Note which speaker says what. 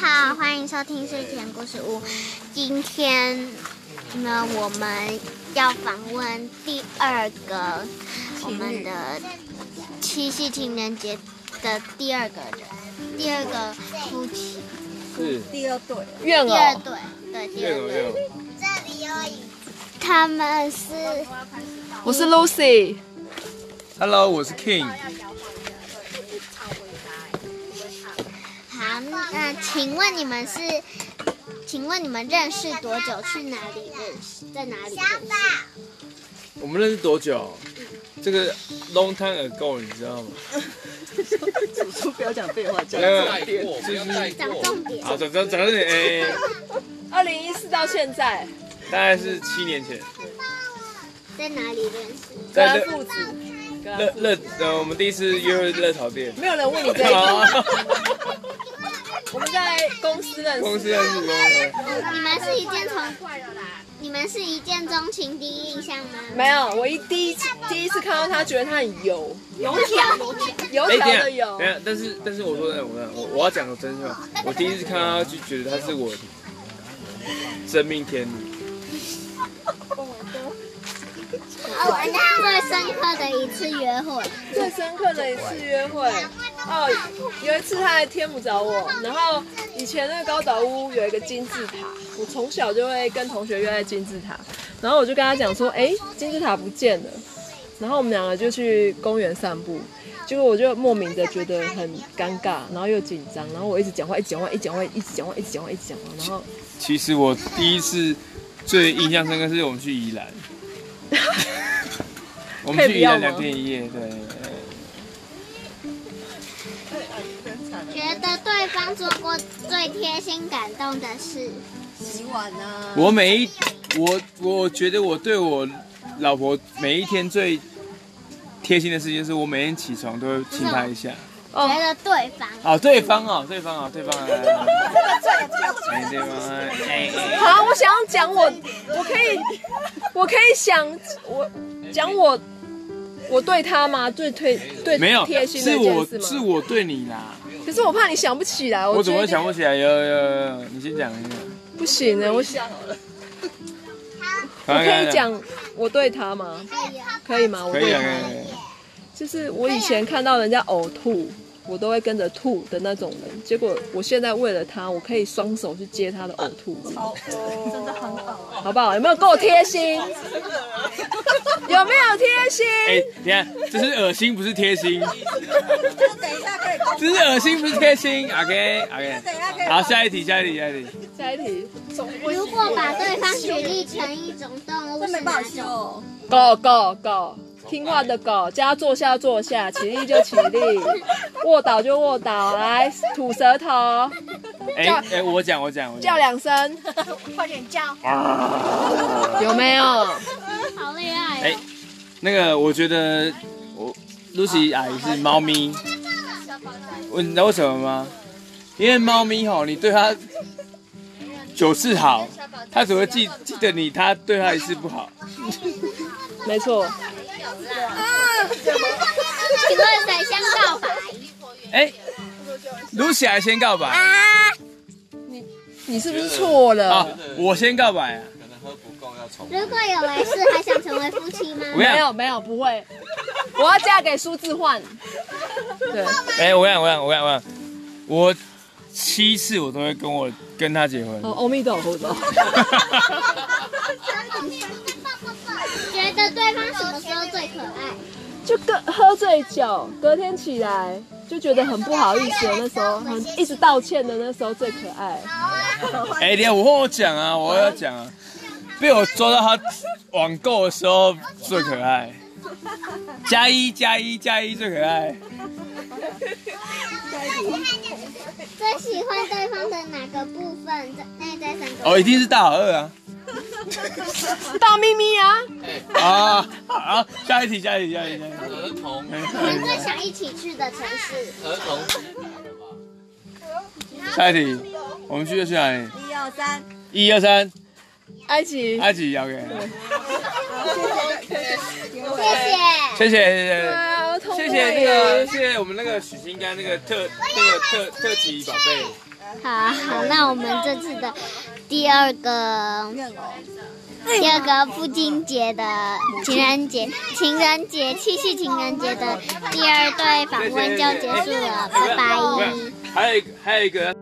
Speaker 1: 好，欢迎收听睡前故事屋。今天呢，我们要访问第二个我们的七夕情人节的第二个人，第二个夫妻，
Speaker 2: 是
Speaker 3: 第二对，
Speaker 4: 怨
Speaker 1: 第二
Speaker 4: 偶，
Speaker 1: 对，对，第
Speaker 2: 越
Speaker 1: 二
Speaker 2: 走越
Speaker 1: 对。
Speaker 2: 走，
Speaker 1: 这里有椅子。他们是
Speaker 4: 我是 Lucy，
Speaker 2: Hello，我是 King。
Speaker 1: 好，那请问你们是？请问你们认识多久？去哪里认识？在哪里认识？
Speaker 2: 我们认识多久？这个 long time ago，你知道吗？
Speaker 3: 主厨不要讲废话，讲
Speaker 2: 那个
Speaker 3: 重点。
Speaker 2: 就是
Speaker 1: 讲重点。
Speaker 2: 好，讲讲讲到点，哎，
Speaker 4: 二零一四到现在，
Speaker 2: 大概是七年前，
Speaker 1: 在哪里认识？
Speaker 4: 格
Speaker 2: 在
Speaker 4: 兰
Speaker 2: 乐
Speaker 4: 父子，格兰
Speaker 2: 乐
Speaker 4: 父子，
Speaker 2: 乐，呃，我们第一次约会是乐桃店。
Speaker 4: 没有人问你这一
Speaker 2: 好
Speaker 4: 题， 我们在公司认
Speaker 2: 公司
Speaker 4: 识，
Speaker 2: 认识公司，
Speaker 1: 你们是一见从你们是一见钟情第一印象吗？
Speaker 4: 没有，我一第一次第一次看到他，觉得他很油，
Speaker 1: 有有
Speaker 4: 油
Speaker 2: 哎，
Speaker 4: 条
Speaker 2: 等一下
Speaker 4: 的油
Speaker 2: 等一，下，但是但是我说真的，哎我说我我要讲个真话，我第一次看到他就觉得他是我的真命天女，
Speaker 1: 哦，那最深刻的一次约会，
Speaker 4: 最深刻的一次约会，哦，有一次他来天母找我，然后以前那个高岛屋有一个金字塔，我从小就会跟同学约在金字塔，然后我就跟他讲说，哎，金字塔不见了，然后我们两个就去公园散步。结果我就莫名的觉得很尴尬，然后又紧张，然后我一直讲话，一直讲话，一直讲话，一直讲话，一直讲话，一直讲话，然后
Speaker 2: 其实我第一次最印象深刻是我们去宜兰，我们去宜兰两天一夜，对。
Speaker 1: 觉得对方做过最贴心、感动的事，
Speaker 3: 洗碗啊，
Speaker 2: 我每一我我觉得我对我老婆每一天最贴心的事情是我每天起床都会亲她一下。
Speaker 4: 哦
Speaker 1: 觉得对方
Speaker 2: 啊，对方哦，对方哦，对方哦，哎，对方哎哎，哎
Speaker 4: 好，我想要讲我，我可以，我可以想我讲我，我对他吗？对对对，
Speaker 2: 没有，
Speaker 4: 贴心的
Speaker 2: 是
Speaker 4: 一件
Speaker 2: 我
Speaker 4: 事吗？
Speaker 2: 是我对你啦，
Speaker 4: 可是我怕你想不起来，
Speaker 2: 我怎么
Speaker 4: 觉
Speaker 2: 会
Speaker 4: 得
Speaker 2: 想不起来？有有有，你先讲一下。
Speaker 4: 不行啊呢？我想，我
Speaker 2: 我
Speaker 4: 可以，讲我对他吗？
Speaker 1: 可以啊
Speaker 4: 可以吗？我
Speaker 2: 可以
Speaker 4: 对
Speaker 2: 啊，
Speaker 4: 他
Speaker 2: 可以啊可以啊。
Speaker 4: 就是我以前看到人家呕吐，我都会跟着吐的那种人。结果我现在为了他，我可以双手去接他的呕吐，
Speaker 3: 真的很好。
Speaker 4: 好不好？有没有够贴心？ 有没有贴心？
Speaker 2: 哎，等一下，这是恶心，不是贴心，
Speaker 3: 就等一下可以公，
Speaker 2: 这是恶心，不是贴心。OK OK，
Speaker 3: 等一下可以公。
Speaker 2: 好，下一题，下一题，下一题。
Speaker 4: 下一题，
Speaker 1: 如果把对方举例成一种动物
Speaker 3: 这
Speaker 1: 是
Speaker 3: 没办
Speaker 1: 哪
Speaker 3: 法修
Speaker 1: 种？
Speaker 3: 哦。
Speaker 4: 狗狗狗，听话的狗，叫它坐下坐下，起立就起立，卧倒就卧倒，来吐舌头，
Speaker 2: 哎
Speaker 4: 叫
Speaker 2: 哎，我讲，我讲，我
Speaker 4: 叫
Speaker 2: 讲。
Speaker 4: 两声，
Speaker 3: 快点叫。
Speaker 4: 有没有？
Speaker 1: 好厉害
Speaker 2: 哎！那个，我觉得我 Lucy 阿姨是猫咪，
Speaker 4: 啊
Speaker 2: 我你知道为什么吗？因为猫咪吼，你对它九次好，它只会记记得你，它对它一次不好。
Speaker 4: 没错，
Speaker 1: 请问谁先告白？
Speaker 2: 哎，Lucy 阿姨先告白
Speaker 4: 啊你是不是错
Speaker 2: 啊
Speaker 4: 了？，
Speaker 2: 我先告白啊。
Speaker 1: 如果有来世，还想成为夫妻吗？
Speaker 2: 我
Speaker 4: 没
Speaker 2: 想，
Speaker 4: 有没有不会，我要嫁给苏志焕。对，
Speaker 2: 哎，我想，我想，我想，我想，我七次我都会跟我跟他结婚。
Speaker 4: 哦，阿弥陀佛。
Speaker 1: 觉得对方什么时候最可爱？
Speaker 4: 就隔喝醉酒，隔天起来就觉得很不好意思的，那时候很一直道歉的，那时候最可爱。
Speaker 2: 哎、等一下我我讲啊，我要讲啊，被我抓到他网购的时候最可爱，加一加一加一最可爱。
Speaker 1: 最喜欢对方的哪个部分？这内在三个。
Speaker 2: 哦，一定是大老二啊！
Speaker 4: 大咪咪啊，
Speaker 2: 啊，好，下一题，下一题，下一题，下一题。
Speaker 5: 儿童
Speaker 1: 你们最想一起去的城市？
Speaker 5: 儿童
Speaker 2: 下一题，我们去去哪里？
Speaker 3: 一二三，
Speaker 2: 一二三，
Speaker 4: 埃及。
Speaker 2: 阿吉，OK，
Speaker 1: 谢谢。
Speaker 2: 谢谢，谢谢。
Speaker 4: 啊，
Speaker 2: 谢谢那个，谢谢我们那个许金干那个特那个特特级宝贝，
Speaker 1: 好好，那我们这次的第二个
Speaker 3: 愿哦，
Speaker 1: 第二个父亲节的情人节，情人节七夕情人节的第二对访问就结束了，拜拜。
Speaker 2: 还有一个还有一个